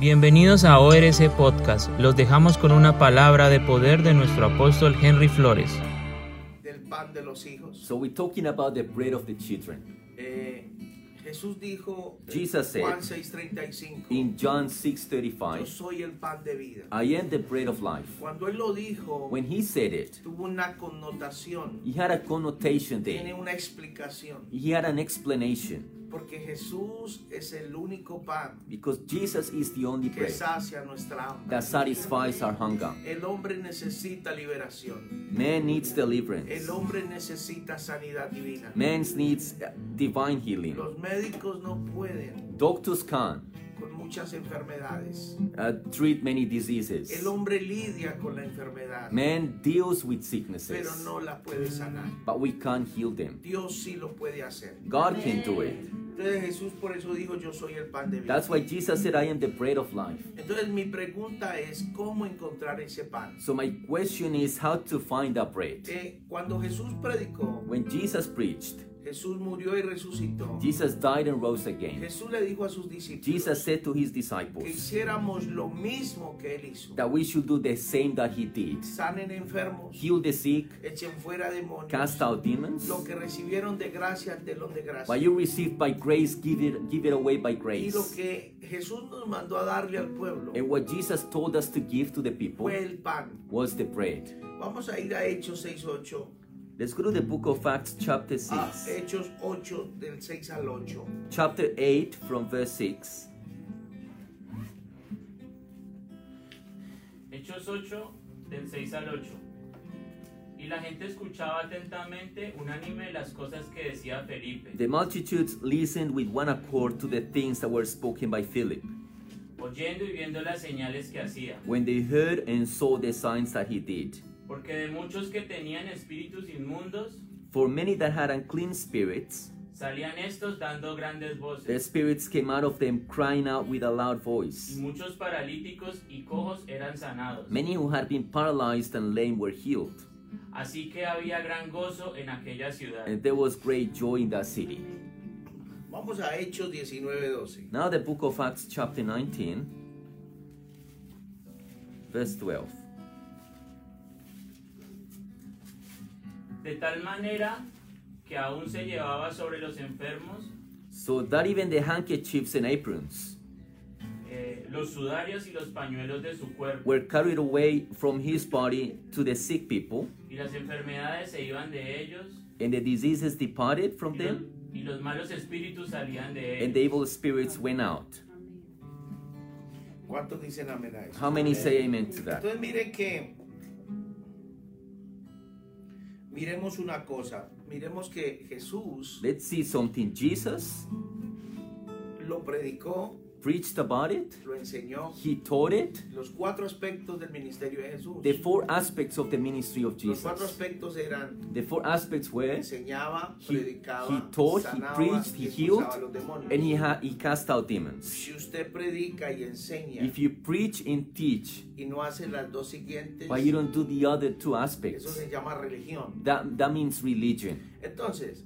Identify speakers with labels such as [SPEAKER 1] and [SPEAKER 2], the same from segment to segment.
[SPEAKER 1] Bienvenidos a ORC Podcast. Los dejamos con una palabra de poder de nuestro apóstol Henry Flores.
[SPEAKER 2] del pan de los hijos.
[SPEAKER 3] So we're talking about the bread of the children.
[SPEAKER 2] Eh, Jesús dijo
[SPEAKER 3] Jesus
[SPEAKER 2] en
[SPEAKER 3] said,
[SPEAKER 2] Juan 6:35,
[SPEAKER 3] In John 6
[SPEAKER 2] yo
[SPEAKER 3] 35,
[SPEAKER 2] soy el pan de vida.
[SPEAKER 3] I am the bread of life.
[SPEAKER 2] Cuando él lo dijo,
[SPEAKER 3] When he said it,
[SPEAKER 2] tuvo una connotación,
[SPEAKER 3] he had a connotation
[SPEAKER 2] tiene
[SPEAKER 3] there.
[SPEAKER 2] una explicación,
[SPEAKER 3] He had an explanation
[SPEAKER 2] porque Jesús es el único pan
[SPEAKER 3] because Jesus is the only
[SPEAKER 2] que
[SPEAKER 3] bread
[SPEAKER 2] sacia nuestra hambre.
[SPEAKER 3] that satisfies our hunger.
[SPEAKER 2] El hombre necesita liberación,
[SPEAKER 3] Man needs deliverance.
[SPEAKER 2] el hombre necesita sanidad divina.
[SPEAKER 3] Man needs uh, divine healing.
[SPEAKER 2] Los médicos no pueden
[SPEAKER 3] Doctors can
[SPEAKER 2] con muchas enfermedades.
[SPEAKER 3] uh, treat many
[SPEAKER 2] El
[SPEAKER 3] diseases.
[SPEAKER 2] hombre lidia con la enfermedad,
[SPEAKER 3] Man deals with
[SPEAKER 2] pero
[SPEAKER 3] sicknesses,
[SPEAKER 2] no la puede sanar.
[SPEAKER 3] but we can't heal them.
[SPEAKER 2] Dios sí lo puede hacer.
[SPEAKER 3] God can do it.
[SPEAKER 2] Entonces Jesús por eso dijo, yo soy el pan de vida.
[SPEAKER 3] That's why Jesus said, I am the bread of life.
[SPEAKER 2] Entonces mi pregunta es, ¿cómo encontrar ese pan?
[SPEAKER 3] So my question is how to find that bread.
[SPEAKER 2] Eh, cuando Jesús predicó,
[SPEAKER 3] When Jesus preached,
[SPEAKER 2] Jesús murió y resucitó.
[SPEAKER 3] Jesus died and rose again.
[SPEAKER 2] Jesús le dijo a sus discípulos
[SPEAKER 3] Jesus said to his
[SPEAKER 2] que
[SPEAKER 3] disciples
[SPEAKER 2] hiciéramos lo mismo que él hizo.
[SPEAKER 3] that we should do the same that he did.
[SPEAKER 2] Sanen enfermos,
[SPEAKER 3] Heal the sick,
[SPEAKER 2] echen fuera demonios.
[SPEAKER 3] cast out demons.
[SPEAKER 2] Lo que recibieron de gracia, de los de gracia.
[SPEAKER 3] What you receive by grace, give it give it away by
[SPEAKER 2] Y lo
[SPEAKER 3] grace.
[SPEAKER 2] que Jesús nos mandó a darle al pueblo
[SPEAKER 3] And what Jesus told us to give to the people
[SPEAKER 2] fue el pan.
[SPEAKER 3] was the bread.
[SPEAKER 2] Vamos a ir a Hechos 6.8.
[SPEAKER 3] Let's go to the book of Acts chapter
[SPEAKER 2] a
[SPEAKER 3] 6.
[SPEAKER 2] Hechos 8 del 6 al 8.
[SPEAKER 3] Chapter 8 from verse 6.
[SPEAKER 4] Hechos 8, del 6 al 8. Y la gente escuchaba atentamente, unánime, las cosas que decía Felipe,
[SPEAKER 3] The multitudes listened with one accord to the things that were spoken by Philip.
[SPEAKER 4] oyendo y viendo las señales que hacía,
[SPEAKER 3] when they heard and saw the signs that he did.
[SPEAKER 4] porque de muchos que tenían espíritus inmundos,
[SPEAKER 3] For many that had unclean spirits,
[SPEAKER 4] salían estos dando grandes
[SPEAKER 3] their
[SPEAKER 4] voces,
[SPEAKER 3] spirits came out of them, crying out with a loud
[SPEAKER 4] y
[SPEAKER 3] voice.
[SPEAKER 4] muchos paralíticos y cojos eran sanados.
[SPEAKER 3] Many who had been paralyzed and lame were healed,
[SPEAKER 4] Así que había gran gozo en aquella ciudad.
[SPEAKER 3] and there was great joy in that city.
[SPEAKER 2] Vamos a Hechos 19, 12.
[SPEAKER 3] Now, the book of Acts, chapter 19, verse 12.
[SPEAKER 4] De tal manera que aún se llevaba sobre los enfermos
[SPEAKER 3] So that even the handkerchiefs and aprons
[SPEAKER 4] eh, los sudarios y los pañuelos de su cuerpo.
[SPEAKER 3] were carried away from his body to the sick people,
[SPEAKER 4] y las enfermedades se iban de ellos
[SPEAKER 3] and the diseases departed from
[SPEAKER 4] y los,
[SPEAKER 3] them,
[SPEAKER 4] y los malos espíritus salían de
[SPEAKER 3] and
[SPEAKER 4] ellos.
[SPEAKER 3] the evil spirits went out.
[SPEAKER 2] ¿Cuántos dicen amén a eso? Eh,
[SPEAKER 3] How many say amen to that?
[SPEAKER 2] Entonces miren que... Miremos una cosa. Miremos que Jesús
[SPEAKER 3] Let's see something. Jesus
[SPEAKER 2] lo predicó,
[SPEAKER 3] preached about it,
[SPEAKER 2] lo enseñó.
[SPEAKER 3] he taught it.
[SPEAKER 2] Los cuatro aspectos del ministerio de Jesús.
[SPEAKER 3] The four aspects of the ministry of
[SPEAKER 2] Los cuatro
[SPEAKER 3] Jesus.
[SPEAKER 2] aspectos eran...
[SPEAKER 3] The four aspects were
[SPEAKER 2] Enseñaba,
[SPEAKER 3] he, he
[SPEAKER 2] predicaba,
[SPEAKER 3] taught, he
[SPEAKER 2] sanaba
[SPEAKER 3] preached,
[SPEAKER 2] y
[SPEAKER 3] he
[SPEAKER 2] expulsaba a los
[SPEAKER 3] healed,
[SPEAKER 2] demonios.
[SPEAKER 3] and he, ha- he cast out demons.
[SPEAKER 2] Si usted predica y enseña
[SPEAKER 3] If you preach and teach,
[SPEAKER 2] y no hace las dos siguientes,
[SPEAKER 3] but you don't do the other two
[SPEAKER 2] Eso
[SPEAKER 3] aspects,
[SPEAKER 2] se llama religión.
[SPEAKER 3] that, that means religion.
[SPEAKER 2] Entonces,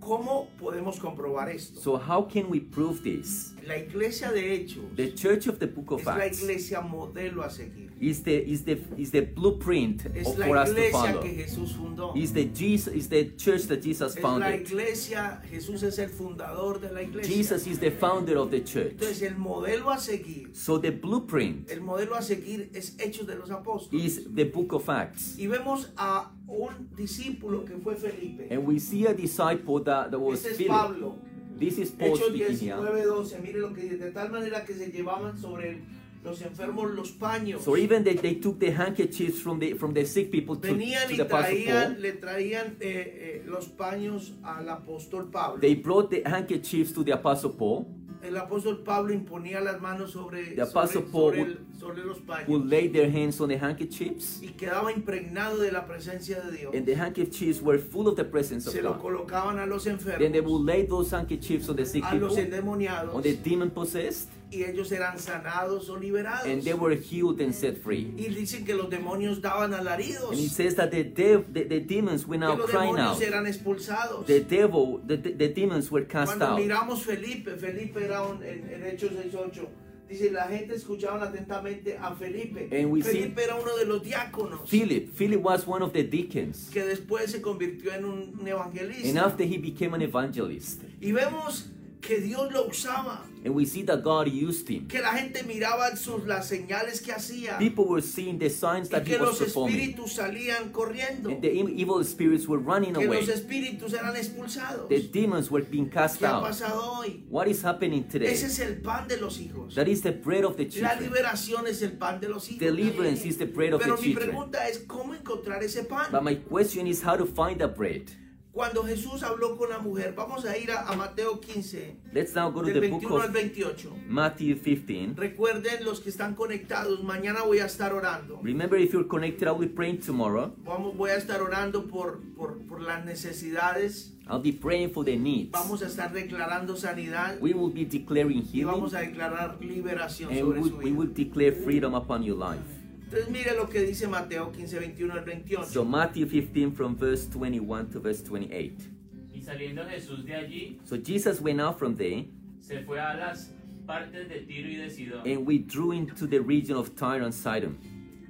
[SPEAKER 2] ¿cómo podemos comprobar esto?
[SPEAKER 3] So, how can we prove this?
[SPEAKER 2] la iglesia de Hechos
[SPEAKER 3] The church of the book
[SPEAKER 2] es
[SPEAKER 3] of
[SPEAKER 2] la
[SPEAKER 3] Acts
[SPEAKER 2] iglesia modelo a seguir.
[SPEAKER 3] is the, is the, is the blueprint
[SPEAKER 2] Es
[SPEAKER 3] of-
[SPEAKER 2] la
[SPEAKER 3] for us to
[SPEAKER 2] iglesia
[SPEAKER 3] follow.
[SPEAKER 2] que Jesús fundó.
[SPEAKER 3] Is the, Jesus, is the church that Jesus
[SPEAKER 2] Es la
[SPEAKER 3] founded.
[SPEAKER 2] iglesia, Jesús es el fundador de la iglesia.
[SPEAKER 3] Jesus is the founder of the church.
[SPEAKER 2] Entonces, el modelo a seguir,
[SPEAKER 3] So the blueprint
[SPEAKER 2] el modelo a seguir es Hechos de los Apóstoles.
[SPEAKER 3] is the book of Acts.
[SPEAKER 2] y vemos a un discípulo que fue Felipe.
[SPEAKER 3] And we see a disciple that, that was
[SPEAKER 2] Este es
[SPEAKER 3] Philip.
[SPEAKER 2] Pablo.
[SPEAKER 3] This is Paul
[SPEAKER 2] Hechos
[SPEAKER 3] speaking here.
[SPEAKER 2] 19, 12, mire lo que dice, de tal manera que se llevaban sobre los enfermos los paños.
[SPEAKER 3] So even they, they took the handkerchiefs from the from the sick people to,
[SPEAKER 2] Venían
[SPEAKER 3] to
[SPEAKER 2] y
[SPEAKER 3] the Apostle Paul.
[SPEAKER 2] traían, le traían eh, eh, los paños al apóstol Pablo.
[SPEAKER 3] They brought the handkerchiefs to the Apostle Paul,
[SPEAKER 2] el apóstol Pablo imponía las manos sobre,
[SPEAKER 3] The
[SPEAKER 2] sobre,
[SPEAKER 3] apostle Paul
[SPEAKER 2] sobre el- sobre los paños
[SPEAKER 3] who laid their hands on the handkerchiefs,
[SPEAKER 2] y quedaba impregnado de la presencia de Dios.
[SPEAKER 3] and the handkerchiefs were full of the presence
[SPEAKER 2] Se
[SPEAKER 3] of
[SPEAKER 2] lo
[SPEAKER 3] God.
[SPEAKER 2] colocaban a los
[SPEAKER 3] Then they
[SPEAKER 2] enfermos,
[SPEAKER 3] would lay those handkerchiefs on the sick
[SPEAKER 2] a los
[SPEAKER 3] people, on
[SPEAKER 2] endemoniados
[SPEAKER 3] the demon possessed,
[SPEAKER 2] y ellos eran sanados o liberados.
[SPEAKER 3] and they were healed and set free.
[SPEAKER 2] y dicen que los demonios daban alaridos,
[SPEAKER 3] And it says that the, dev, the, the demons were
[SPEAKER 2] que
[SPEAKER 3] now
[SPEAKER 2] los
[SPEAKER 3] crying
[SPEAKER 2] demonios
[SPEAKER 3] out.
[SPEAKER 2] eran expulsados.
[SPEAKER 3] The devil, the, the, the demons were cast
[SPEAKER 2] Cuando
[SPEAKER 3] out.
[SPEAKER 2] miramos Felipe, Felipe era un, en, en Hechos 6.8, Dice, la gente escuchaba atentamente a Felipe.
[SPEAKER 3] And we
[SPEAKER 2] Felipe era uno de los diáconos
[SPEAKER 3] Philip, Philip was one of the deacons.
[SPEAKER 2] que después se convirtió en un, un
[SPEAKER 3] And
[SPEAKER 2] evangelista.
[SPEAKER 3] after he became an evangelist,
[SPEAKER 2] Y vemos que Dios lo usaba,
[SPEAKER 3] and we see that God used him.
[SPEAKER 2] que la gente miraba sus, las señales que hacía y
[SPEAKER 3] People were seeing the signs that he
[SPEAKER 2] que
[SPEAKER 3] was
[SPEAKER 2] los
[SPEAKER 3] performing.
[SPEAKER 2] espíritus salían corriendo,
[SPEAKER 3] And the e- evil spirits were running
[SPEAKER 2] que los
[SPEAKER 3] away.
[SPEAKER 2] espíritus eran expulsados.
[SPEAKER 3] The demons were being cast
[SPEAKER 2] ¿Qué ha
[SPEAKER 3] out.
[SPEAKER 2] pasado hoy?
[SPEAKER 3] What is happening today?
[SPEAKER 2] Ese es el pan de los hijos.
[SPEAKER 3] That is the bread of the
[SPEAKER 2] La
[SPEAKER 3] children.
[SPEAKER 2] liberación es el pan de los hijos.
[SPEAKER 3] Deliverance is the bread of
[SPEAKER 2] Pero
[SPEAKER 3] the
[SPEAKER 2] mi
[SPEAKER 3] children.
[SPEAKER 2] pregunta es cómo encontrar ese
[SPEAKER 3] But
[SPEAKER 2] pan.
[SPEAKER 3] my question is how to find that bread.
[SPEAKER 2] Cuando Jesús habló con la mujer, vamos a ir a, a Mateo 15,
[SPEAKER 3] Let's now go to
[SPEAKER 2] del
[SPEAKER 3] the book
[SPEAKER 2] 21 al
[SPEAKER 3] of
[SPEAKER 2] 28.
[SPEAKER 3] Matthew 15.
[SPEAKER 2] Recuerden los que están conectados, mañana voy a estar orando.
[SPEAKER 3] Remember, if you're connected, I'll be praying tomorrow.
[SPEAKER 2] Vamos, voy a estar orando por, por, por las necesidades.
[SPEAKER 3] I'll be praying for the needs.
[SPEAKER 2] Vamos a estar declarando sanidad
[SPEAKER 3] We will be declaring
[SPEAKER 2] y vamos
[SPEAKER 3] healing
[SPEAKER 2] a declarar liberación
[SPEAKER 3] and
[SPEAKER 2] sobre
[SPEAKER 3] we,
[SPEAKER 2] su
[SPEAKER 3] we
[SPEAKER 2] vida.
[SPEAKER 3] will declare freedom upon your life.
[SPEAKER 2] Entonces mire lo que dice Mateo 15, 21 al 28.
[SPEAKER 3] So, Matthew 15 from verse 21 to verse 28.
[SPEAKER 4] Y saliendo Jesús de allí,
[SPEAKER 3] So, Jesus went out from there
[SPEAKER 4] se fue a las partes de Tiro y de Sidón.
[SPEAKER 3] and withdrew into the region of Tyre and Sidon.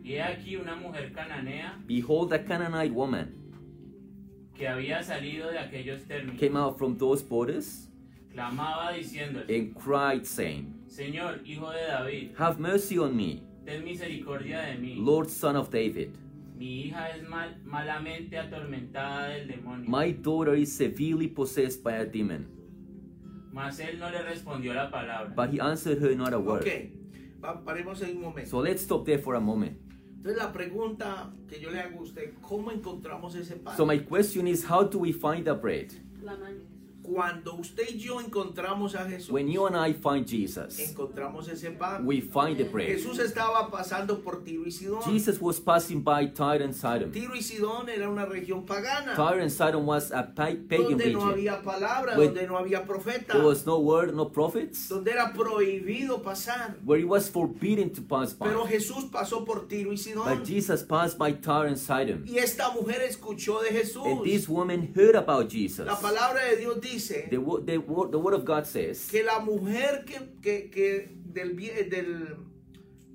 [SPEAKER 4] Y he aquí una mujer cananea
[SPEAKER 3] Behold, a Canaanite woman
[SPEAKER 4] que había salido de aquellos términos,
[SPEAKER 3] came out from those borders
[SPEAKER 4] clamaba diciéndole,
[SPEAKER 3] and cried, saying,
[SPEAKER 4] Señor, hijo de David,
[SPEAKER 3] Have mercy on me,
[SPEAKER 4] ten misericordia de mí.
[SPEAKER 3] Lord, son of David.
[SPEAKER 4] Mi hija es mal- malamente atormentada del demonio.
[SPEAKER 3] My daughter is severely possessed by a demon.
[SPEAKER 4] Mas él no le respondió la palabra.
[SPEAKER 3] But he answered her not a word.
[SPEAKER 2] Ok, va- paremos en un momento.
[SPEAKER 3] So let's stop there for a moment.
[SPEAKER 2] Entonces la pregunta que yo le hago a usted, ¿cómo encontramos ese pan?
[SPEAKER 3] So my question is, how do we find the bread?
[SPEAKER 2] Cuando usted y yo encontramos a Jesús,
[SPEAKER 3] When you and I find Jesus,
[SPEAKER 2] encontramos ese pan.
[SPEAKER 3] we find the bread.
[SPEAKER 2] Jesús estaba pasando por Tiro y Sidón.
[SPEAKER 3] Jesus was passing by Tyre and Sidon.
[SPEAKER 2] Tiro y Sidón era una región pagana,
[SPEAKER 3] Tyre and Sidon was a pa- pagan
[SPEAKER 2] donde no
[SPEAKER 3] region.
[SPEAKER 2] había palabra,
[SPEAKER 3] With-
[SPEAKER 2] donde no había profeta,
[SPEAKER 3] There was no word, no prophets,
[SPEAKER 2] donde era prohibido pasar.
[SPEAKER 3] where it was forbidden to pass
[SPEAKER 2] Pero
[SPEAKER 3] by.
[SPEAKER 2] Jesús pasó por Tiro y Sidón.
[SPEAKER 3] But Jesus passed by Tyre and Sidon.
[SPEAKER 2] Y esta mujer escuchó de
[SPEAKER 3] And this
[SPEAKER 2] Jesús.
[SPEAKER 3] woman heard about Jesus.
[SPEAKER 2] La palabra de Dios dice
[SPEAKER 3] The, wo- the, wo- the word of God says
[SPEAKER 2] que la mujer que, que, que del, vie- del,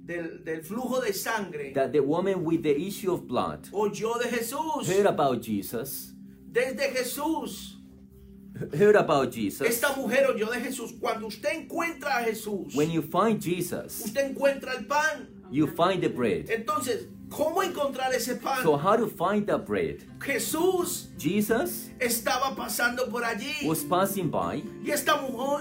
[SPEAKER 2] del, del flujo de sangre
[SPEAKER 3] that the woman with the issue of blood
[SPEAKER 2] oyó de Jesús,
[SPEAKER 3] heard about Jesus,
[SPEAKER 2] desde Jesús.
[SPEAKER 3] heard about Jesus.
[SPEAKER 2] Esta mujer oyó de Jesús. Cuando usted encuentra a Jesús,
[SPEAKER 3] When you find Jesus,
[SPEAKER 2] usted encuentra el pan.
[SPEAKER 3] you find the bread.
[SPEAKER 2] Entonces, ¿cómo encontrar ese pan?
[SPEAKER 3] So how to find the bread?
[SPEAKER 2] Jesús
[SPEAKER 3] Jesus
[SPEAKER 2] estaba pasando por allí
[SPEAKER 3] was passing by,
[SPEAKER 2] y esta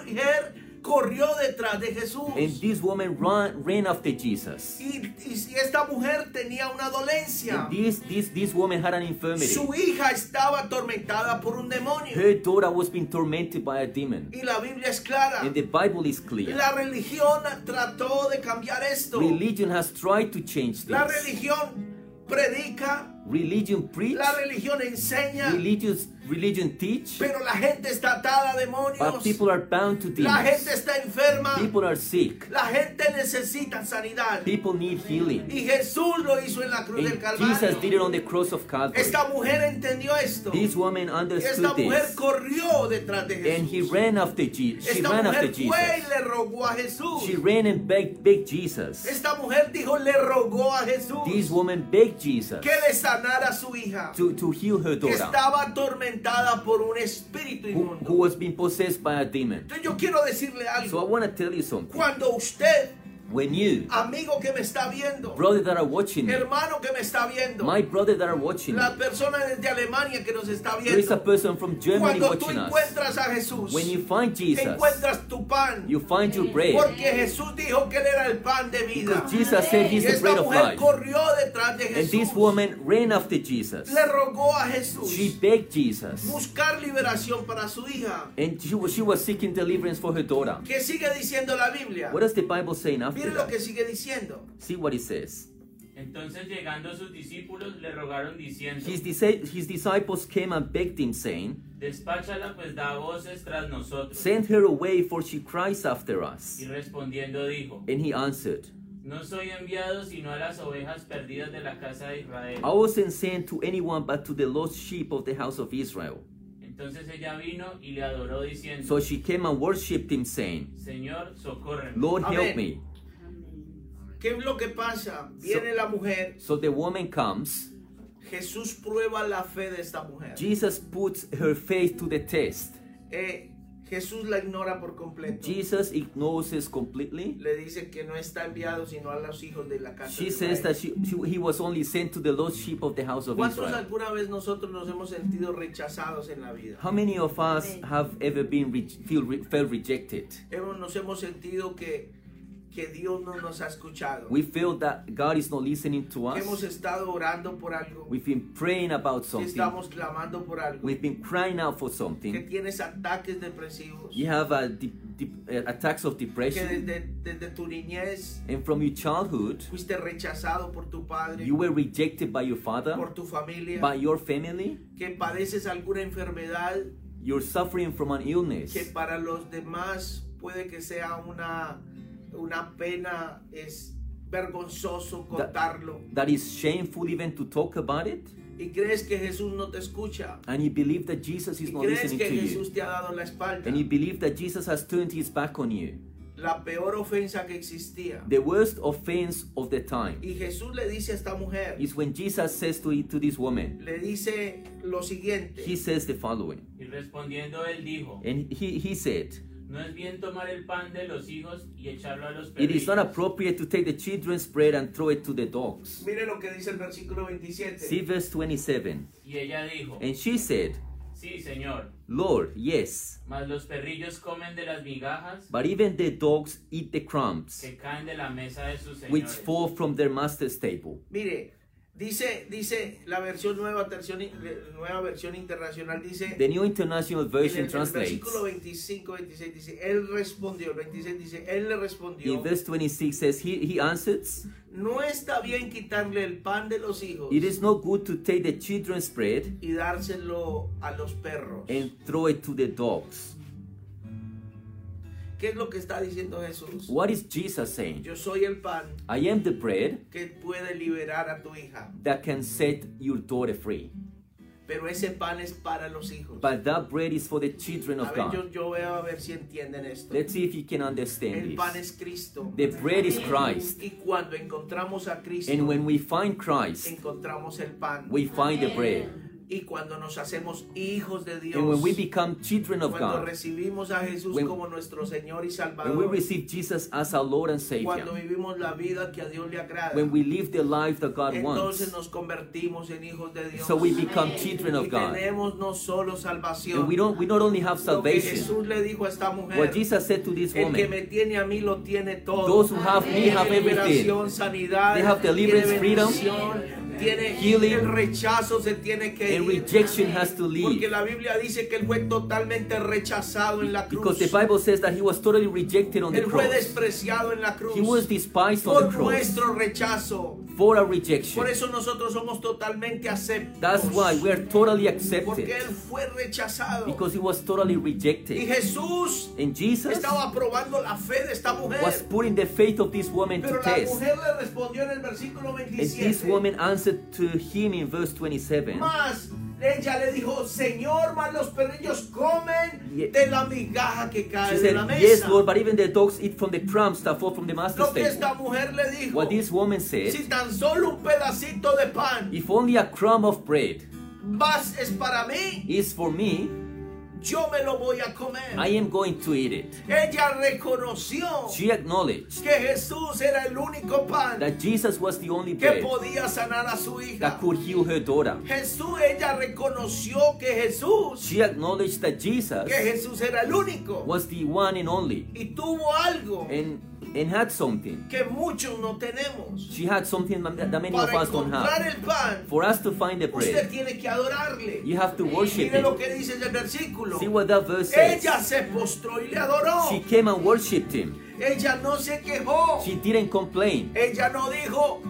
[SPEAKER 2] mujer corrió detrás de Jesús.
[SPEAKER 3] and this woman ran, ran after Jesus.
[SPEAKER 2] Y, y- y esta mujer tenía una dolencia.
[SPEAKER 3] And this, this, this woman had an infirmity.
[SPEAKER 2] Su hija estaba atormentada por un demonio.
[SPEAKER 3] Her daughter was being tormented by a demon.
[SPEAKER 2] Y la Biblia es clara.
[SPEAKER 3] And the Bible is clear.
[SPEAKER 2] La religión trató de cambiar esto.
[SPEAKER 3] Religion has tried to change
[SPEAKER 2] La
[SPEAKER 3] this.
[SPEAKER 2] religión predica,
[SPEAKER 3] Religion preach,
[SPEAKER 2] la religión enseña,
[SPEAKER 3] religion, religion teach,
[SPEAKER 2] pero la gente está atada a
[SPEAKER 3] but
[SPEAKER 2] demonios.
[SPEAKER 3] people are bound to
[SPEAKER 2] La
[SPEAKER 3] demons.
[SPEAKER 2] gente está enferma.
[SPEAKER 3] People are sick.
[SPEAKER 2] La gente necesita sanidad.
[SPEAKER 3] People need healing.
[SPEAKER 2] Y Jesús lo hizo en la cruz del
[SPEAKER 3] And Jesus did it
[SPEAKER 2] Calvario.
[SPEAKER 3] on the cross of Calvary.
[SPEAKER 2] Esta mujer entendió esto.
[SPEAKER 3] This woman
[SPEAKER 2] Esta
[SPEAKER 3] understood
[SPEAKER 2] mujer
[SPEAKER 3] this.
[SPEAKER 2] corrió detrás de Jesús.
[SPEAKER 3] And he ran after Jesus. She
[SPEAKER 2] Esta
[SPEAKER 3] ran after
[SPEAKER 2] mujer fue y
[SPEAKER 3] Jesus.
[SPEAKER 2] le rogó a Jesús.
[SPEAKER 3] She ran and begged, begged Jesus.
[SPEAKER 2] Esta mujer dijo, le rogó a Jesús
[SPEAKER 3] This woman begged Jesus
[SPEAKER 2] que le sanara a su hija,
[SPEAKER 3] to, to heal her
[SPEAKER 2] que
[SPEAKER 3] daughter
[SPEAKER 2] estaba atormentada por un espíritu
[SPEAKER 3] who, who
[SPEAKER 2] inmundo.
[SPEAKER 3] was being possessed by a demon.
[SPEAKER 2] Entonces yo quiero decirle
[SPEAKER 3] So I
[SPEAKER 2] algo.
[SPEAKER 3] want to tell you something.
[SPEAKER 2] Cuando usted,
[SPEAKER 3] When you,
[SPEAKER 2] amigo que me está viendo,
[SPEAKER 3] brother that are watching me,
[SPEAKER 2] hermano que me está viendo,
[SPEAKER 3] my brother that are watching me,
[SPEAKER 2] la persona desde Alemania que nos está
[SPEAKER 3] there is a
[SPEAKER 2] viendo,
[SPEAKER 3] person from Germany
[SPEAKER 2] cuando tú
[SPEAKER 3] watching us.
[SPEAKER 2] encuentras a Jesús,
[SPEAKER 3] When you find Jesus,
[SPEAKER 2] encuentras tu pan,
[SPEAKER 3] you find your bread.
[SPEAKER 2] porque Jesús dijo que él era el pan de vida.
[SPEAKER 3] Because Jesus said
[SPEAKER 2] Y
[SPEAKER 3] he's the
[SPEAKER 2] esta
[SPEAKER 3] bread of
[SPEAKER 2] mujer
[SPEAKER 3] life.
[SPEAKER 2] corrió detrás de
[SPEAKER 3] And this
[SPEAKER 2] Jesús.
[SPEAKER 3] woman ran after Jesus.
[SPEAKER 2] le rogó a Jesús
[SPEAKER 3] She begged Jesus.
[SPEAKER 2] buscar liberación para su hija.
[SPEAKER 3] And she was, she was seeking deliverance for her daughter.
[SPEAKER 2] ¿Qué sigue diciendo la Biblia?
[SPEAKER 3] What does the Bible say in after
[SPEAKER 2] Miren lo que
[SPEAKER 3] that?
[SPEAKER 2] sigue diciendo.
[SPEAKER 3] See what it says.
[SPEAKER 4] Entonces llegando sus discípulos le rogaron diciendo,
[SPEAKER 3] His, disi- his disciples came and begged him, saying,
[SPEAKER 4] despáchala pues da voces tras nosotros.
[SPEAKER 3] Send her away, for she cries after us.
[SPEAKER 4] Y respondiendo dijo,
[SPEAKER 3] And he answered,
[SPEAKER 4] no soy enviado sino a las ovejas perdidas de la casa de Israel.
[SPEAKER 3] I wasn't sent to anyone but to the lost sheep of the house of Israel.
[SPEAKER 4] Entonces ella vino y le adoró diciendo,
[SPEAKER 3] So she came and worshipped him, saying,
[SPEAKER 4] Señor, socórreme.
[SPEAKER 3] Lord, help
[SPEAKER 2] Amén.
[SPEAKER 3] me.
[SPEAKER 2] ¿Qué es lo que pasa? Viene la mujer,
[SPEAKER 3] So the woman comes.
[SPEAKER 2] Jesús prueba la fe de esta mujer.
[SPEAKER 3] Jesus puts her faith to the test.
[SPEAKER 2] Eh, Jesús la ignora por completo.
[SPEAKER 3] Jesus ignores it completely.
[SPEAKER 2] Le dice que no está enviado sino a los hijos de la casa.
[SPEAKER 3] She
[SPEAKER 2] de
[SPEAKER 3] says
[SPEAKER 2] Israel.
[SPEAKER 3] that she, she- he was only sent to the lost sheep of the house of
[SPEAKER 2] ¿Cuántos
[SPEAKER 3] Israel.
[SPEAKER 2] alguna vez nosotros nos hemos sentido rechazados en la vida?
[SPEAKER 3] How many of us have ever been re- feel re- felt rejected?
[SPEAKER 2] Hemos- nos hemos sentido que, que Dios no nos ha escuchado.
[SPEAKER 3] We feel that God is not listening to
[SPEAKER 2] que hemos
[SPEAKER 3] us.
[SPEAKER 2] estado orando por algo.
[SPEAKER 3] We've been praying about
[SPEAKER 2] que
[SPEAKER 3] something.
[SPEAKER 2] estamos clamando por algo.
[SPEAKER 3] We've been crying out for
[SPEAKER 2] que
[SPEAKER 3] something.
[SPEAKER 2] tienes ataques depresivos.
[SPEAKER 3] You have a de- de- uh, attacks of
[SPEAKER 2] que
[SPEAKER 3] depression,
[SPEAKER 2] desde, desde tu niñez
[SPEAKER 3] and from your childhood,
[SPEAKER 2] fuiste rechazado por tu padre,
[SPEAKER 3] you were rejected by your father,
[SPEAKER 2] por tu familia.
[SPEAKER 3] by your family.
[SPEAKER 2] que padeces alguna enfermedad
[SPEAKER 3] You're suffering from an illness
[SPEAKER 2] que para los demás puede que sea una, una pena, es vergonzoso contarlo.
[SPEAKER 3] that is shameful even to talk about it,
[SPEAKER 2] Y crees que Jesús no te escucha.
[SPEAKER 3] and you believe that Jesus is
[SPEAKER 2] Y
[SPEAKER 3] not
[SPEAKER 2] crees
[SPEAKER 3] listening
[SPEAKER 2] que
[SPEAKER 3] to you.
[SPEAKER 2] Jesús te ha dado la espalda.
[SPEAKER 3] and you believe that Jesus has turned his back on you.
[SPEAKER 2] La peor ofensa que existía.
[SPEAKER 3] The worst offense of the time
[SPEAKER 2] Y Jesús le dice a esta mujer,
[SPEAKER 3] is when Jesus says to, to this woman,
[SPEAKER 2] le dice lo siguiente.
[SPEAKER 3] he says the following.
[SPEAKER 4] Y respondiendo él dijo,
[SPEAKER 3] And he, he said,
[SPEAKER 4] no es bien tomar el pan de los hijos y echarlo a los
[SPEAKER 3] It is not
[SPEAKER 4] perrillos.
[SPEAKER 3] appropriate to take the children's bread and throw it to the dogs.
[SPEAKER 2] Mire lo que dice el versículo 27.
[SPEAKER 3] See verse 27.
[SPEAKER 4] Y ella dijo,
[SPEAKER 3] And she said,
[SPEAKER 4] sí, señor,
[SPEAKER 3] Lord, yes,
[SPEAKER 4] mas los perrillos comen de las migajas
[SPEAKER 3] but even the dogs eat the crumbs
[SPEAKER 4] que caen de la mesa de sus
[SPEAKER 3] which
[SPEAKER 4] señores.
[SPEAKER 3] fall from their master's table.
[SPEAKER 2] Mire, dice, dice la versión nueva, terción- eh, nueva versión internacional, dice
[SPEAKER 3] The New
[SPEAKER 2] en
[SPEAKER 3] International
[SPEAKER 2] el,
[SPEAKER 3] Version
[SPEAKER 2] en el
[SPEAKER 3] translates.
[SPEAKER 2] versículo 25, 26, dice, él respondió, el 26 dice, él le respondió,
[SPEAKER 3] In verse 26 says, He, he answers,
[SPEAKER 2] no está bien quitarle el pan de los hijos
[SPEAKER 3] It is not good to take the children's bread
[SPEAKER 2] y dárselo a los perros.
[SPEAKER 3] and throw it to the dogs.
[SPEAKER 2] ¿Qué es lo que está diciendo Jesús?
[SPEAKER 3] What is Jesus saying?
[SPEAKER 2] Yo soy el pan
[SPEAKER 3] I am the bread
[SPEAKER 2] que puede liberar a tu hija,
[SPEAKER 3] that can set your daughter free.
[SPEAKER 2] pero ese pan es para los hijos.
[SPEAKER 3] But that bread is for the children
[SPEAKER 2] A
[SPEAKER 3] of
[SPEAKER 2] ver, yo,
[SPEAKER 3] God.
[SPEAKER 2] yo veo a ver si entienden esto.
[SPEAKER 3] Let's see if you can
[SPEAKER 2] El
[SPEAKER 3] understand
[SPEAKER 2] pan
[SPEAKER 3] this.
[SPEAKER 2] es Cristo.
[SPEAKER 3] The bread is Christ.
[SPEAKER 2] Y cuando encontramos a Cristo,
[SPEAKER 3] And when we find Christ,
[SPEAKER 2] encontramos el pan.
[SPEAKER 3] we find the bread.
[SPEAKER 2] y cuando nos hacemos hijos de Dios,
[SPEAKER 3] And when we become children of
[SPEAKER 2] cuando
[SPEAKER 3] God,
[SPEAKER 2] recibimos a Jesús
[SPEAKER 3] When-
[SPEAKER 2] como nuestro Señor y
[SPEAKER 3] when we
[SPEAKER 2] Salvador,
[SPEAKER 3] receive Jesus as our Lord and
[SPEAKER 2] cuando
[SPEAKER 3] Savior,
[SPEAKER 2] vivimos la vida que a Dios le agrada,
[SPEAKER 3] when we live the life that God
[SPEAKER 2] entonces
[SPEAKER 3] wants,
[SPEAKER 2] nos convertimos en hijos de Dios.
[SPEAKER 3] so we become children
[SPEAKER 2] y
[SPEAKER 3] of God.
[SPEAKER 2] tenemos no solo salvación,
[SPEAKER 3] And we don't we not only have
[SPEAKER 2] lo que
[SPEAKER 3] salvation,
[SPEAKER 2] Jesús le dijo a esta mujer.
[SPEAKER 3] what Jesus said to this
[SPEAKER 2] el que
[SPEAKER 3] woman,
[SPEAKER 2] me tiene a mí lo tiene todo.
[SPEAKER 3] Those who have me
[SPEAKER 2] Tiene
[SPEAKER 3] have everything.
[SPEAKER 2] liberación, sanidad,
[SPEAKER 3] They have deliverance,
[SPEAKER 2] tiene
[SPEAKER 3] freedom,
[SPEAKER 2] bendición, tiene
[SPEAKER 3] healing,
[SPEAKER 2] el rechazo se tiene que
[SPEAKER 3] and
[SPEAKER 2] ir.
[SPEAKER 3] rejection has to
[SPEAKER 2] Porque
[SPEAKER 3] leave.
[SPEAKER 2] la Biblia dice que él fue totalmente rechazado en la cruz.
[SPEAKER 3] Because the Bible says that he was totally rejected on the
[SPEAKER 2] él fue
[SPEAKER 3] cross.
[SPEAKER 2] despreciado en la cruz.
[SPEAKER 3] He was despised on the
[SPEAKER 2] por
[SPEAKER 3] cross
[SPEAKER 2] nuestro rechazo.
[SPEAKER 3] for a
[SPEAKER 2] Por
[SPEAKER 3] rejection.
[SPEAKER 2] eso nosotros somos totalmente aceptos.
[SPEAKER 3] That's why we are totally
[SPEAKER 2] porque
[SPEAKER 3] accepted.
[SPEAKER 2] él fue rechazado.
[SPEAKER 3] Because he was totally
[SPEAKER 2] y
[SPEAKER 3] rejected.
[SPEAKER 2] Jesús
[SPEAKER 3] And Jesus
[SPEAKER 2] estaba probando la fe de esta mujer.
[SPEAKER 3] was putting the faith of this woman
[SPEAKER 2] Pero
[SPEAKER 3] to
[SPEAKER 2] la
[SPEAKER 3] test.
[SPEAKER 2] mujer le respondió en el versículo
[SPEAKER 3] And this
[SPEAKER 2] 27.
[SPEAKER 3] woman answered to him in verse 27.
[SPEAKER 2] Más ella le dijo, Señor, mas los perrillos comen
[SPEAKER 3] Ye-
[SPEAKER 2] de la migaja que
[SPEAKER 3] She
[SPEAKER 2] cae de
[SPEAKER 3] said,
[SPEAKER 2] la mesa.
[SPEAKER 3] Yes, Lord, but even the dogs eat from the crumbs that fall from the master's
[SPEAKER 2] Lo que
[SPEAKER 3] table.
[SPEAKER 2] esta mujer le dijo,
[SPEAKER 3] What this woman said,
[SPEAKER 2] si tan solo un pedacito de pan
[SPEAKER 3] if only a crumb of bread
[SPEAKER 2] más es para mí,
[SPEAKER 3] is for me,
[SPEAKER 2] yo me lo voy a comer.
[SPEAKER 3] I am going to eat it.
[SPEAKER 2] Ella reconoció
[SPEAKER 3] She acknowledged
[SPEAKER 2] que Jesús era el único pan
[SPEAKER 3] that Jesus was the only
[SPEAKER 2] que
[SPEAKER 3] bread
[SPEAKER 2] podía sanar a su hija.
[SPEAKER 3] that could heal her daughter.
[SPEAKER 2] Jesús, ella reconoció que Jesús,
[SPEAKER 3] She acknowledged that
[SPEAKER 2] que
[SPEAKER 3] Jesus
[SPEAKER 2] Jesús era el único.
[SPEAKER 3] was the one and only
[SPEAKER 2] y tuvo algo
[SPEAKER 3] and, and had something.
[SPEAKER 2] que muchos no tenemos.
[SPEAKER 3] She had something that that many of
[SPEAKER 2] Para
[SPEAKER 3] us don't
[SPEAKER 2] encontrar
[SPEAKER 3] have.
[SPEAKER 2] el pan,
[SPEAKER 3] For us to find the
[SPEAKER 2] usted
[SPEAKER 3] bread,
[SPEAKER 2] tiene que adorarle.
[SPEAKER 3] you have to worship
[SPEAKER 2] Mire lo
[SPEAKER 3] Him.
[SPEAKER 2] que dice el versículo.
[SPEAKER 3] See what that verse
[SPEAKER 2] Ella
[SPEAKER 3] says.
[SPEAKER 2] se postró y le adoró.
[SPEAKER 3] She came and worshipped Him.
[SPEAKER 2] Ella no se quejó.
[SPEAKER 3] She didn't complain.
[SPEAKER 2] Ella no dijo,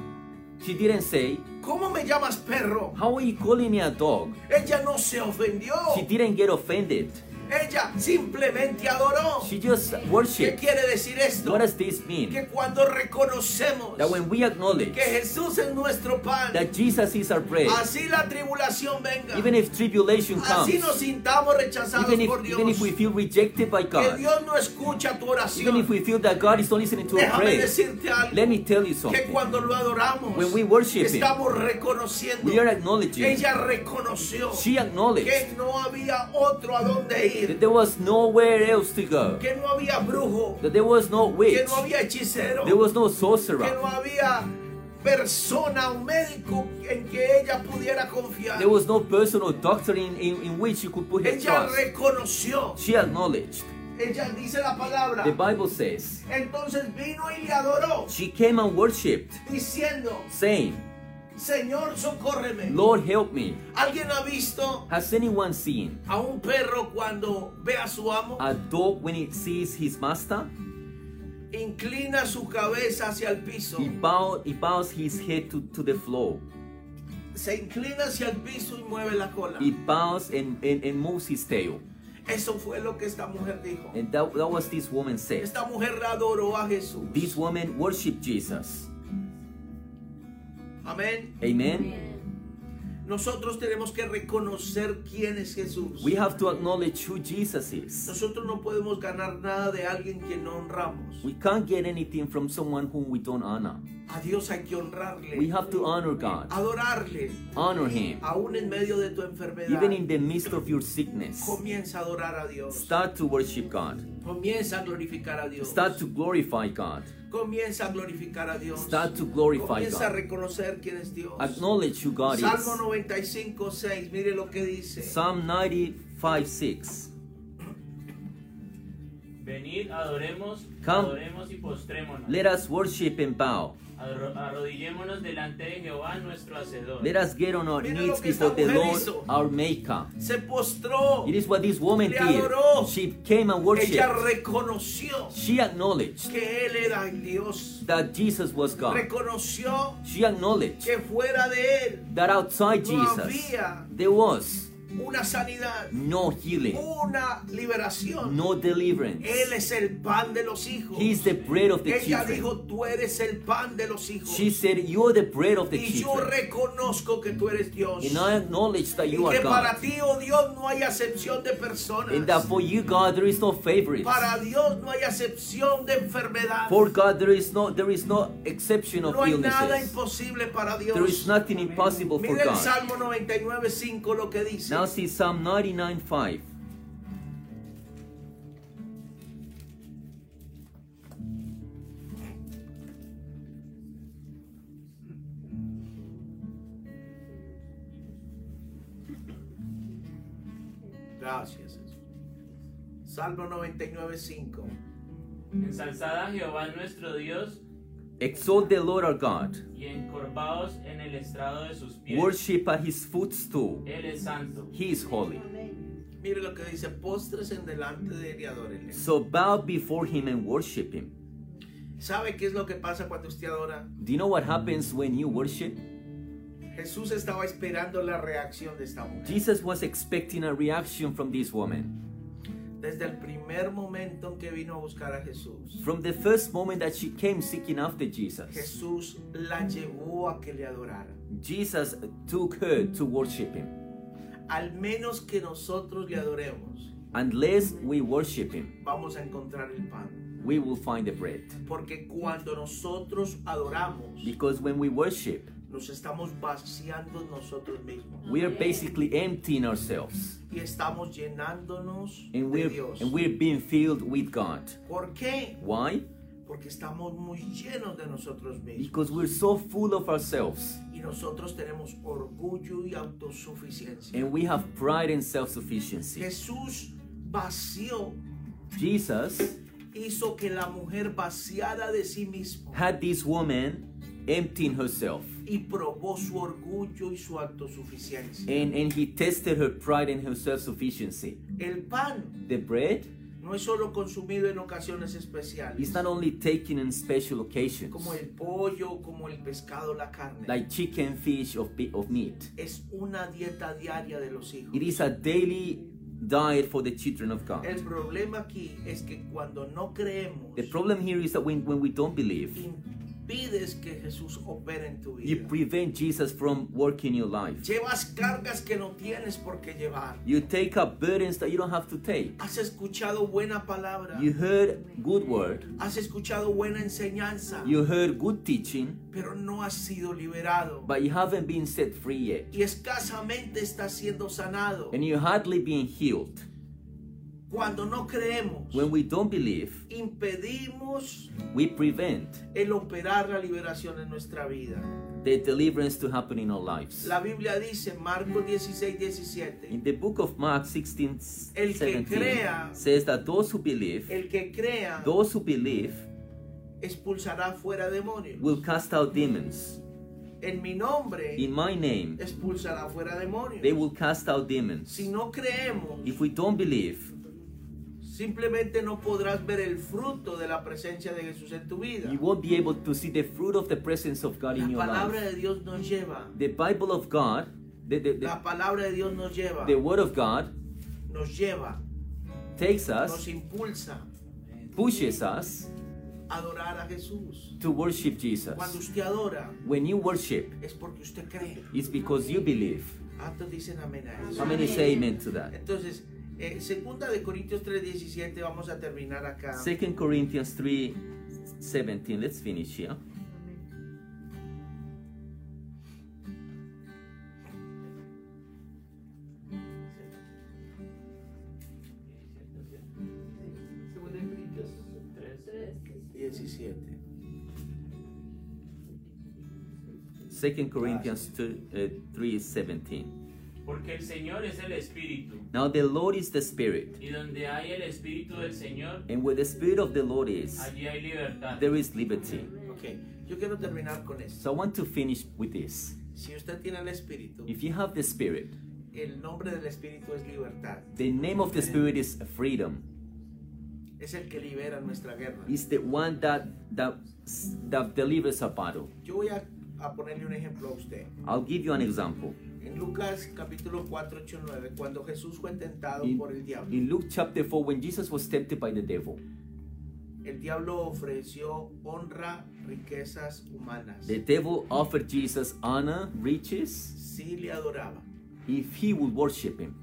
[SPEAKER 3] She didn't say,
[SPEAKER 2] ¿cómo me llamas perro?
[SPEAKER 3] How are you calling me a dog?
[SPEAKER 2] Ella no se ofendió.
[SPEAKER 3] She didn't get offended.
[SPEAKER 2] Ella simplemente adoró.
[SPEAKER 3] She just
[SPEAKER 2] ¿Qué
[SPEAKER 3] worshiped.
[SPEAKER 2] quiere decir esto?
[SPEAKER 3] What does this mean?
[SPEAKER 2] Que cuando reconocemos
[SPEAKER 3] That when we acknowledge
[SPEAKER 2] que Jesús es nuestro pan,
[SPEAKER 3] that Jesus is our prayer,
[SPEAKER 2] así la tribulación venga,
[SPEAKER 3] even if tribulation comes,
[SPEAKER 2] así nos sintamos rechazados
[SPEAKER 3] even
[SPEAKER 2] por
[SPEAKER 3] if,
[SPEAKER 2] Dios,
[SPEAKER 3] even if we feel rejected by
[SPEAKER 2] que
[SPEAKER 3] God,
[SPEAKER 2] Dios no escucha tu
[SPEAKER 3] even if
[SPEAKER 2] oración.
[SPEAKER 3] we feel that God is not listening to our
[SPEAKER 2] Déjame
[SPEAKER 3] prayer,
[SPEAKER 2] decirte
[SPEAKER 3] let
[SPEAKER 2] algo.
[SPEAKER 3] me tell
[SPEAKER 2] Que
[SPEAKER 3] you something.
[SPEAKER 2] cuando lo adoramos,
[SPEAKER 3] When we worship Him,
[SPEAKER 2] estamos reconociendo.
[SPEAKER 3] We are acknowledging,
[SPEAKER 2] Ella reconoció
[SPEAKER 3] she acknowledged
[SPEAKER 2] que no había otro a dónde ir,
[SPEAKER 3] that there was nowhere else to go,
[SPEAKER 2] que no había brujo,
[SPEAKER 3] that there was no
[SPEAKER 2] que
[SPEAKER 3] witch,
[SPEAKER 2] no había hechicero,
[SPEAKER 3] there was no
[SPEAKER 2] que no
[SPEAKER 3] sorcerer,
[SPEAKER 2] había persona o médico en que ella pudiera confiar.
[SPEAKER 3] there was no personal doctor in, in, in which you could put your
[SPEAKER 2] Ella
[SPEAKER 3] trust.
[SPEAKER 2] reconoció,
[SPEAKER 3] She acknowledged.
[SPEAKER 2] ella dice la palabra.
[SPEAKER 3] The Bible says,
[SPEAKER 2] Entonces vino y le adoró,
[SPEAKER 3] she came and worshipped,
[SPEAKER 2] diciendo,
[SPEAKER 3] saying,
[SPEAKER 2] Señor, socórreme.
[SPEAKER 3] Lord, help me.
[SPEAKER 2] ¿Alguien ha visto
[SPEAKER 3] Has anyone seen
[SPEAKER 2] a un perro cuando ve a su amo?
[SPEAKER 3] a dog when it sees his master?
[SPEAKER 2] Inclina su cabeza hacia el piso.
[SPEAKER 3] He, bow, he bows his head to, to the floor.
[SPEAKER 2] Se inclina hacia el piso y mueve la cola.
[SPEAKER 3] He bows and, and, and moves his tail.
[SPEAKER 2] Eso fue lo que esta mujer dijo.
[SPEAKER 3] And that, that was this woman said.
[SPEAKER 2] Esta mujer adoró a Jesús.
[SPEAKER 3] This woman worshiped Jesus.
[SPEAKER 2] Amén.
[SPEAKER 3] Amen.
[SPEAKER 2] Nosotros tenemos que reconocer quién es Jesús.
[SPEAKER 3] We have to acknowledge who Jesus is.
[SPEAKER 2] Nosotros no podemos ganar nada de alguien que no honramos.
[SPEAKER 3] We can't get anything from someone whom we don't honor.
[SPEAKER 2] A Dios hay que
[SPEAKER 3] We
[SPEAKER 2] honrarle,
[SPEAKER 3] have to honor God,
[SPEAKER 2] adorarle,
[SPEAKER 3] honor Him.
[SPEAKER 2] aún en medio de tu enfermedad.
[SPEAKER 3] Even in the midst of your sickness,
[SPEAKER 2] Comienza a adorar a Dios.
[SPEAKER 3] start to worship God.
[SPEAKER 2] Comienza a glorificar a Dios.
[SPEAKER 3] Start to glorify God.
[SPEAKER 2] Comienza a glorificar a Dios.
[SPEAKER 3] Start to glorify
[SPEAKER 2] Comienza a
[SPEAKER 3] God.
[SPEAKER 2] reconocer quién es Dios.
[SPEAKER 3] Acknowledge who God is.
[SPEAKER 2] Salmo 95, 6. Mire lo que dice.
[SPEAKER 3] Psalm 95 6.
[SPEAKER 4] Venid, adoremos,
[SPEAKER 3] Come.
[SPEAKER 4] adoremos y postrémonos.
[SPEAKER 3] Let us worship and bow.
[SPEAKER 4] Arro- arrodillémonos delante de Jehová nuestro Hacedor.
[SPEAKER 3] Let us get on our
[SPEAKER 2] Mira
[SPEAKER 3] knees
[SPEAKER 2] lo que esta
[SPEAKER 3] before the
[SPEAKER 2] mujer
[SPEAKER 3] Lord,
[SPEAKER 2] hizo.
[SPEAKER 3] our Maker.
[SPEAKER 2] Se postró.
[SPEAKER 3] It is what this woman
[SPEAKER 2] Le
[SPEAKER 3] did.
[SPEAKER 2] adoró.
[SPEAKER 3] She came and
[SPEAKER 2] Ella
[SPEAKER 3] worshiped.
[SPEAKER 2] reconoció
[SPEAKER 3] She acknowledged
[SPEAKER 2] que Él era el Dios.
[SPEAKER 3] that Jesus was God.
[SPEAKER 2] Reconoció
[SPEAKER 3] She acknowledged
[SPEAKER 2] que fuera de Él
[SPEAKER 3] that outside
[SPEAKER 2] No
[SPEAKER 3] Jesus
[SPEAKER 2] había.
[SPEAKER 3] there was
[SPEAKER 2] una sanidad,
[SPEAKER 3] no healing,
[SPEAKER 2] una liberación.
[SPEAKER 3] no deliverance.
[SPEAKER 2] Él es el pan de los hijos.
[SPEAKER 3] He is the bread of the
[SPEAKER 2] Ella
[SPEAKER 3] children.
[SPEAKER 2] dijo, tú eres el pan de los hijos.
[SPEAKER 3] She said, You are the bread of the
[SPEAKER 2] y yo
[SPEAKER 3] children.
[SPEAKER 2] reconozco que tú eres Dios.
[SPEAKER 3] And I acknowledge that
[SPEAKER 2] y
[SPEAKER 3] you are
[SPEAKER 2] que para
[SPEAKER 3] God.
[SPEAKER 2] ti, oh Dios, no hay acepción de personas.
[SPEAKER 3] And that for you, God, there is no favorites.
[SPEAKER 2] para Dios no hay acepción de enfermedad.
[SPEAKER 3] For God, there is no there is no exception of
[SPEAKER 2] no hay nada
[SPEAKER 3] illnesses.
[SPEAKER 2] imposible para Dios.
[SPEAKER 3] There is nothing impossible for
[SPEAKER 2] Mira el
[SPEAKER 3] God.
[SPEAKER 2] Salmo 99.5 lo que dice.
[SPEAKER 3] Now see Psalm 99 5.
[SPEAKER 2] Gracias. Jesús. Salmo 99.5.
[SPEAKER 4] Ensalzad a Jehová nuestro Dios
[SPEAKER 3] Exalt the Lord our God.
[SPEAKER 4] y encorvaos en el estrado de sus pies.
[SPEAKER 3] Worship at his footstool.
[SPEAKER 4] Él es santo.
[SPEAKER 3] He is holy.
[SPEAKER 2] Mire lo que dice. Postres en delante de él y adórenle.
[SPEAKER 3] So bow before him and worship him.
[SPEAKER 2] ¿Sabe qué es lo que pasa cuando usted adora?
[SPEAKER 3] Do you know what happens when you worship?
[SPEAKER 2] Jesús estaba esperando la reacción de esta mujer.
[SPEAKER 3] Jesus was expecting a reaction from this woman.
[SPEAKER 2] Desde el primer momento en que vino a buscar a Jesús,
[SPEAKER 3] From the first moment that she came seeking after Jesus,
[SPEAKER 2] Jesús la llevó a que le adorara.
[SPEAKER 3] Jesus took her to worship him.
[SPEAKER 2] Al menos que nosotros le adoremos,
[SPEAKER 3] Unless we worship him,
[SPEAKER 2] vamos a encontrar el pan.
[SPEAKER 3] we will find the bread.
[SPEAKER 2] Porque cuando nosotros adoramos,
[SPEAKER 3] Because when we worship,
[SPEAKER 2] nos estamos vaciando nosotros mismos
[SPEAKER 3] we are basically emptying ourselves
[SPEAKER 2] y estamos llenándonos
[SPEAKER 3] and
[SPEAKER 2] de
[SPEAKER 3] we're,
[SPEAKER 2] Dios.
[SPEAKER 3] and we're being filled with God.
[SPEAKER 2] ¿Por qué?
[SPEAKER 3] Why?
[SPEAKER 2] Porque estamos muy llenos de nosotros mismos.
[SPEAKER 3] Because we're so full of ourselves
[SPEAKER 2] Y nosotros tenemos orgullo y autosuficiencia.
[SPEAKER 3] and we have pride and self sufficiency.
[SPEAKER 2] Jesús vació,
[SPEAKER 3] Jesus
[SPEAKER 2] hizo que la mujer vaciada de sí misma
[SPEAKER 3] had this woman emptying herself
[SPEAKER 2] y probó su orgullo y su autosuficiencia.
[SPEAKER 3] and, and he tested her pride and her self sufficiency.
[SPEAKER 2] El pan
[SPEAKER 3] The bread
[SPEAKER 2] no es solo consumido en ocasiones
[SPEAKER 3] is
[SPEAKER 2] especiales,
[SPEAKER 3] not only taken in special occasions
[SPEAKER 2] como el pollo, como el pescado, la carne.
[SPEAKER 3] like chicken, fish, or, bi- of meat.
[SPEAKER 2] Es una dieta diaria de los hijos.
[SPEAKER 3] It is a daily died for the children of God.
[SPEAKER 2] El problema aquí es que cuando no creemos,
[SPEAKER 3] The problem here is that when, when we don't believe,
[SPEAKER 2] impides que Jesús opere en tu
[SPEAKER 3] you
[SPEAKER 2] vida.
[SPEAKER 3] prevent Jesus from working your life.
[SPEAKER 2] Llevas cargas que no tienes por qué llevar.
[SPEAKER 3] You take up burdens that you don't have to take.
[SPEAKER 2] Has escuchado buena palabra.
[SPEAKER 3] You heard good word,
[SPEAKER 2] Has escuchado buena enseñanza,
[SPEAKER 3] you heard good teaching,
[SPEAKER 2] pero no has sido liberado.
[SPEAKER 3] but you haven't been set free yet.
[SPEAKER 2] Y escasamente estás siendo sanado.
[SPEAKER 3] And you're hardly being healed.
[SPEAKER 2] Cuando no creemos,
[SPEAKER 3] When we don't believe,
[SPEAKER 2] impedimos
[SPEAKER 3] we prevent
[SPEAKER 2] el operar la liberación en nuestra vida.
[SPEAKER 3] the deliverance to happen in our lives.
[SPEAKER 2] La Biblia dice, Marcos 16, 17,
[SPEAKER 3] In the book of Mark 16,
[SPEAKER 2] El que
[SPEAKER 3] 17
[SPEAKER 2] crea-
[SPEAKER 3] says that those who believe,
[SPEAKER 2] el que crea
[SPEAKER 3] those who believe
[SPEAKER 2] expulsará fuera demonios.
[SPEAKER 3] will cast out demons.
[SPEAKER 2] En mi nombre
[SPEAKER 3] In my name,
[SPEAKER 2] expulsará fuera
[SPEAKER 3] they
[SPEAKER 2] demonios.
[SPEAKER 3] will cast out demons.
[SPEAKER 2] Si no creemos,
[SPEAKER 3] If we don't believe,
[SPEAKER 2] simplemente no podrás ver el fruto de la presencia de Jesús en tu vida.
[SPEAKER 3] you won't be able to see the fruit of the presence of God in
[SPEAKER 2] La
[SPEAKER 3] your
[SPEAKER 2] palabra
[SPEAKER 3] life.
[SPEAKER 2] de Dios nos lleva.
[SPEAKER 3] The Bible of God, the, the,
[SPEAKER 2] La
[SPEAKER 3] the,
[SPEAKER 2] palabra de Dios nos lleva.
[SPEAKER 3] the Word of God,
[SPEAKER 2] Nos lleva.
[SPEAKER 3] takes
[SPEAKER 2] Nos
[SPEAKER 3] us,
[SPEAKER 2] impulsa
[SPEAKER 3] pushes us
[SPEAKER 2] a adorar a Jesús.
[SPEAKER 3] to worship
[SPEAKER 2] Cuando
[SPEAKER 3] Jesus.
[SPEAKER 2] usted adora,
[SPEAKER 3] When you worship,
[SPEAKER 2] es porque usted cree.
[SPEAKER 3] it's because you believe.
[SPEAKER 2] Antes dicen amén a
[SPEAKER 3] How
[SPEAKER 2] eso.
[SPEAKER 3] many say amen to that?
[SPEAKER 2] Entonces, eh, segunda de Corintios 3:17, vamos a terminar acá.
[SPEAKER 3] Second Corinthians 3 17. Let's finish here.
[SPEAKER 4] Segunda de Corintios 3.
[SPEAKER 2] 17.
[SPEAKER 3] Second Corinthians 2, uh, 3 17.
[SPEAKER 4] Porque el Señor es el Espíritu.
[SPEAKER 3] Now the Lord is the Spirit,
[SPEAKER 4] Y donde hay el Espíritu del Señor,
[SPEAKER 3] and where the Spirit of the Lord is,
[SPEAKER 4] allí hay libertad.
[SPEAKER 3] there is liberty.
[SPEAKER 2] Ok, yo quiero terminar con esto.
[SPEAKER 3] So I want to finish with this.
[SPEAKER 2] Si usted tiene el Espíritu,
[SPEAKER 3] If you have the Spirit,
[SPEAKER 2] el nombre del Espíritu es libertad.
[SPEAKER 3] the name of the Spirit is freedom.
[SPEAKER 2] Es el que libera nuestra guerra.
[SPEAKER 3] It's the one that that that delivers a battle.
[SPEAKER 2] Yo voy a, a ponerle un ejemplo a usted.
[SPEAKER 3] I'll give you an example.
[SPEAKER 2] En Lucas capítulo 4, 8, 9, cuando Jesús fue tentado
[SPEAKER 3] In,
[SPEAKER 2] por el diablo,
[SPEAKER 3] in Luke chapter 4, when Jesus was tempted by the devil,
[SPEAKER 2] el diablo ofreció honra, riquezas humanas.
[SPEAKER 3] the devil offered Jesus honor, riches,
[SPEAKER 2] Sí le adoraba.
[SPEAKER 3] if he would worship him.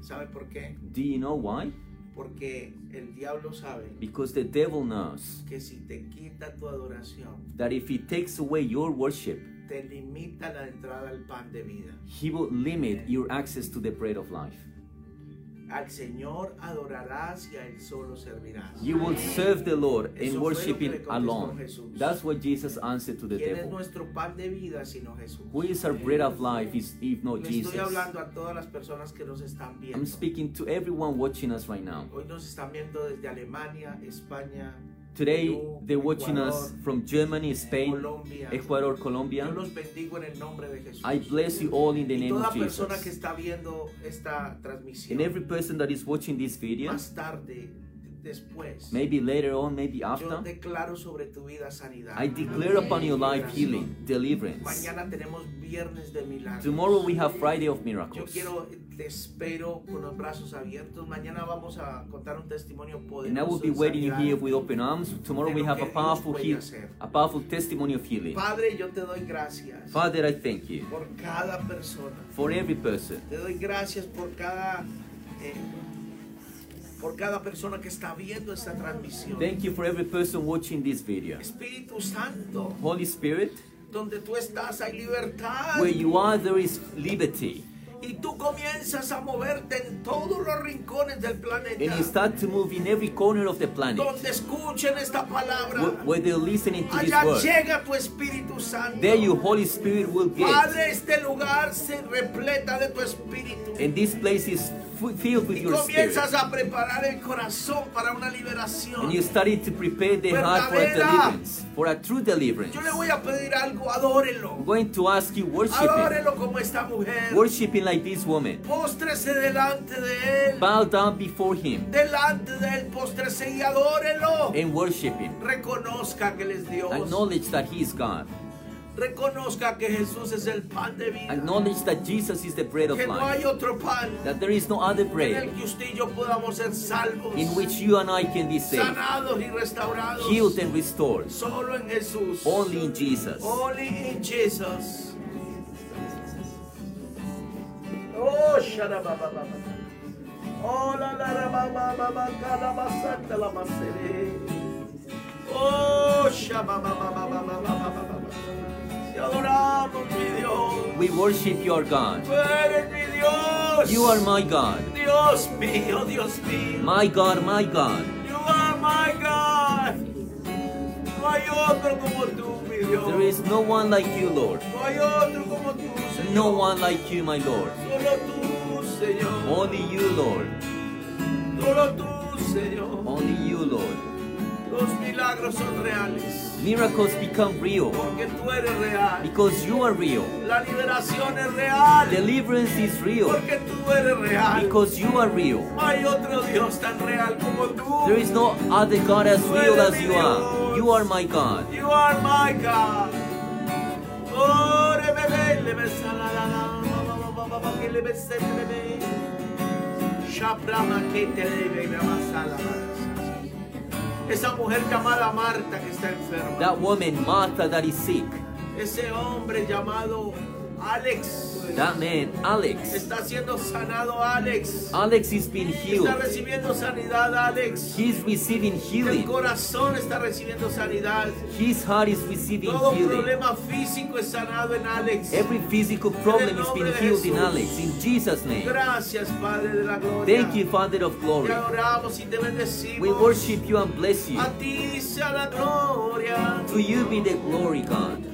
[SPEAKER 2] ¿Sabe por qué?
[SPEAKER 3] Do you know why?
[SPEAKER 2] Porque el diablo sabe
[SPEAKER 3] Because the devil knows
[SPEAKER 2] que si te quita tu adoración,
[SPEAKER 3] that if he takes away your worship,
[SPEAKER 2] te limita la entrada al pan de vida.
[SPEAKER 3] he will limit your access to the bread of life.
[SPEAKER 2] Al Señor adorarás y a Él solo servirás.
[SPEAKER 3] You will serve the Lord
[SPEAKER 2] Eso fue
[SPEAKER 3] and
[SPEAKER 2] lo
[SPEAKER 3] worship
[SPEAKER 2] que
[SPEAKER 3] him
[SPEAKER 2] le contestó
[SPEAKER 3] alone.
[SPEAKER 2] Jesús.
[SPEAKER 3] That's what Jesus answered to the
[SPEAKER 2] ¿Quién es
[SPEAKER 3] devil.
[SPEAKER 2] nuestro pan de vida sino Jesús?
[SPEAKER 3] Who is our bread of life is if not
[SPEAKER 2] Le estoy
[SPEAKER 3] Jesus?
[SPEAKER 2] hablando a todas las personas que nos están
[SPEAKER 3] I'm
[SPEAKER 2] viendo.
[SPEAKER 3] speaking to everyone watching us right now.
[SPEAKER 2] Hoy nos están viendo desde Alemania, España,
[SPEAKER 3] Today,
[SPEAKER 2] Perú,
[SPEAKER 3] they're watching us
[SPEAKER 2] Ecuador,
[SPEAKER 3] from Germany, Spain,
[SPEAKER 2] Colombia.
[SPEAKER 3] Ecuador,
[SPEAKER 2] Yo
[SPEAKER 3] Colombia.
[SPEAKER 2] los bendigo en el nombre de Jesús.
[SPEAKER 3] I bless you all in the
[SPEAKER 2] y
[SPEAKER 3] name
[SPEAKER 2] toda
[SPEAKER 3] of
[SPEAKER 2] persona que
[SPEAKER 3] Jesus.
[SPEAKER 2] está viendo esta
[SPEAKER 3] And
[SPEAKER 2] transmisión
[SPEAKER 3] every person that is watching this video,
[SPEAKER 2] más tarde, después,
[SPEAKER 3] maybe later on, maybe
[SPEAKER 2] yo
[SPEAKER 3] after,
[SPEAKER 2] declaro sobre tu vida sanidad.
[SPEAKER 3] I declare upon your life healing, deliverance.
[SPEAKER 2] Mañana tenemos viernes de milagros.
[SPEAKER 3] Tomorrow we have Friday of
[SPEAKER 2] Yo
[SPEAKER 3] miracles.
[SPEAKER 2] quiero, te espero con los brazos abiertos. Mañana vamos a contar un testimonio poderoso.
[SPEAKER 3] And I will be
[SPEAKER 2] de
[SPEAKER 3] waiting you
[SPEAKER 2] sanidad.
[SPEAKER 3] here with open arms. Tomorrow we have a powerful heal, a powerful testimony of healing.
[SPEAKER 2] Padre, yo te doy gracias
[SPEAKER 3] Father, I thank you
[SPEAKER 2] por cada persona.
[SPEAKER 3] for every person.
[SPEAKER 2] Te doy gracias por cada eh, por cada persona que está viendo esta transmisión.
[SPEAKER 3] Thank you for every person watching this video.
[SPEAKER 2] Espíritu Santo,
[SPEAKER 3] Holy Spirit,
[SPEAKER 2] donde tú estás hay libertad.
[SPEAKER 3] where you are, there is liberty.
[SPEAKER 2] Y tú comienzas a moverte en todos los rincones del
[SPEAKER 3] And you
[SPEAKER 2] planeta.
[SPEAKER 3] start to move in every corner of the planet
[SPEAKER 2] Donde escuchen esta palabra.
[SPEAKER 3] where, where they're listening to this
[SPEAKER 2] Allá
[SPEAKER 3] word.
[SPEAKER 2] llega tu Espíritu Santo.
[SPEAKER 3] There, your Holy Spirit will get.
[SPEAKER 2] Padre, este lugar se repleta de tu Espíritu.
[SPEAKER 3] And this place is fu- filled with
[SPEAKER 2] Y
[SPEAKER 3] your spirit.
[SPEAKER 2] comienzas a preparar el corazón para una liberación.
[SPEAKER 3] And you study to prepare the heart for a
[SPEAKER 2] Verdadera.
[SPEAKER 3] deliverance, for a true deliverance.
[SPEAKER 2] Yo le voy a pedir algo, adórenlo.
[SPEAKER 3] I'm going to ask you, worship Him.
[SPEAKER 2] Adórenlo como esta mujer.
[SPEAKER 3] Worshiping like this woman.
[SPEAKER 2] Póstrese delante de él.
[SPEAKER 3] Bow down before Him
[SPEAKER 2] Delante de él, póstrese y adórenlo.
[SPEAKER 3] and worship Him.
[SPEAKER 2] Reconozca que él es Dios.
[SPEAKER 3] Acknowledge that He is God.
[SPEAKER 2] Reconozca que Jesús es el pan de vida.
[SPEAKER 3] Acknowledge that Jesus is the bread of
[SPEAKER 2] Que no hay
[SPEAKER 3] life,
[SPEAKER 2] otro pan
[SPEAKER 3] that there is no other
[SPEAKER 2] en el
[SPEAKER 3] bread
[SPEAKER 2] que usted y yo podamos ser salvos,
[SPEAKER 3] in which you and I can be saved,
[SPEAKER 2] sanados y restaurados.
[SPEAKER 3] healed, and restored.
[SPEAKER 2] Solo en Jesús.
[SPEAKER 3] Only in Jesus.
[SPEAKER 2] Only in Jesus. Oh, sharabababa. Oh, la la la ba ba ba ba ka la ba santa la ba sere. Oh, shabababababababababa. Te adoramos, mi Dios.
[SPEAKER 3] We worship your God.
[SPEAKER 2] Tú eres mi Dios.
[SPEAKER 3] You are my God.
[SPEAKER 2] Dios mío, Dios mío.
[SPEAKER 3] My God, my God.
[SPEAKER 2] You are my God. No hay otro como tú, mi Dios.
[SPEAKER 3] There is no one like you, Lord.
[SPEAKER 2] No hay otro como tú, Señor.
[SPEAKER 3] No one like you, my Lord.
[SPEAKER 2] Solo tú, Señor.
[SPEAKER 3] Only you, Lord.
[SPEAKER 2] Solo tú, Señor.
[SPEAKER 3] Only you, Lord.
[SPEAKER 2] Los milagros son reales.
[SPEAKER 3] Miracles become real
[SPEAKER 2] Porque tú eres real.
[SPEAKER 3] because you are real.
[SPEAKER 2] La liberación es real.
[SPEAKER 3] Deliverance is real
[SPEAKER 2] Porque tú eres real.
[SPEAKER 3] because you are real.
[SPEAKER 2] No hay otro Dios tan real como
[SPEAKER 3] There
[SPEAKER 2] tú.
[SPEAKER 3] is no other God as real as you are. You are my God.
[SPEAKER 2] You are my God. Oh, rebebe, lebe, salalala, ba, ba, ba, ba, ba, que lebe, se, lebe. Shabrama, que te lebe, grama, salala. Esa mujer llamada Marta que está enferma.
[SPEAKER 3] That woman, Martha, that is sick.
[SPEAKER 2] Ese hombre llamado Alex.
[SPEAKER 3] That man, Alex.
[SPEAKER 2] Está siendo sanado Alex.
[SPEAKER 3] Alex is being
[SPEAKER 2] Está
[SPEAKER 3] healed.
[SPEAKER 2] recibiendo sanidad Alex.
[SPEAKER 3] He's receiving
[SPEAKER 2] El
[SPEAKER 3] healing.
[SPEAKER 2] corazón está recibiendo sanidad.
[SPEAKER 3] His heart is receiving
[SPEAKER 2] Todo
[SPEAKER 3] healing.
[SPEAKER 2] problema físico es sanado en Alex.
[SPEAKER 3] Every physical problem is being healed in Alex. In Jesus' name.
[SPEAKER 2] Gracias, Padre de la Gloria.
[SPEAKER 3] Thank you, Father of
[SPEAKER 2] Te
[SPEAKER 3] glory.
[SPEAKER 2] adoramos y te bendecimos.
[SPEAKER 3] We worship you and bless you.
[SPEAKER 2] A ti sea la gloria.
[SPEAKER 3] To you be the glory, God.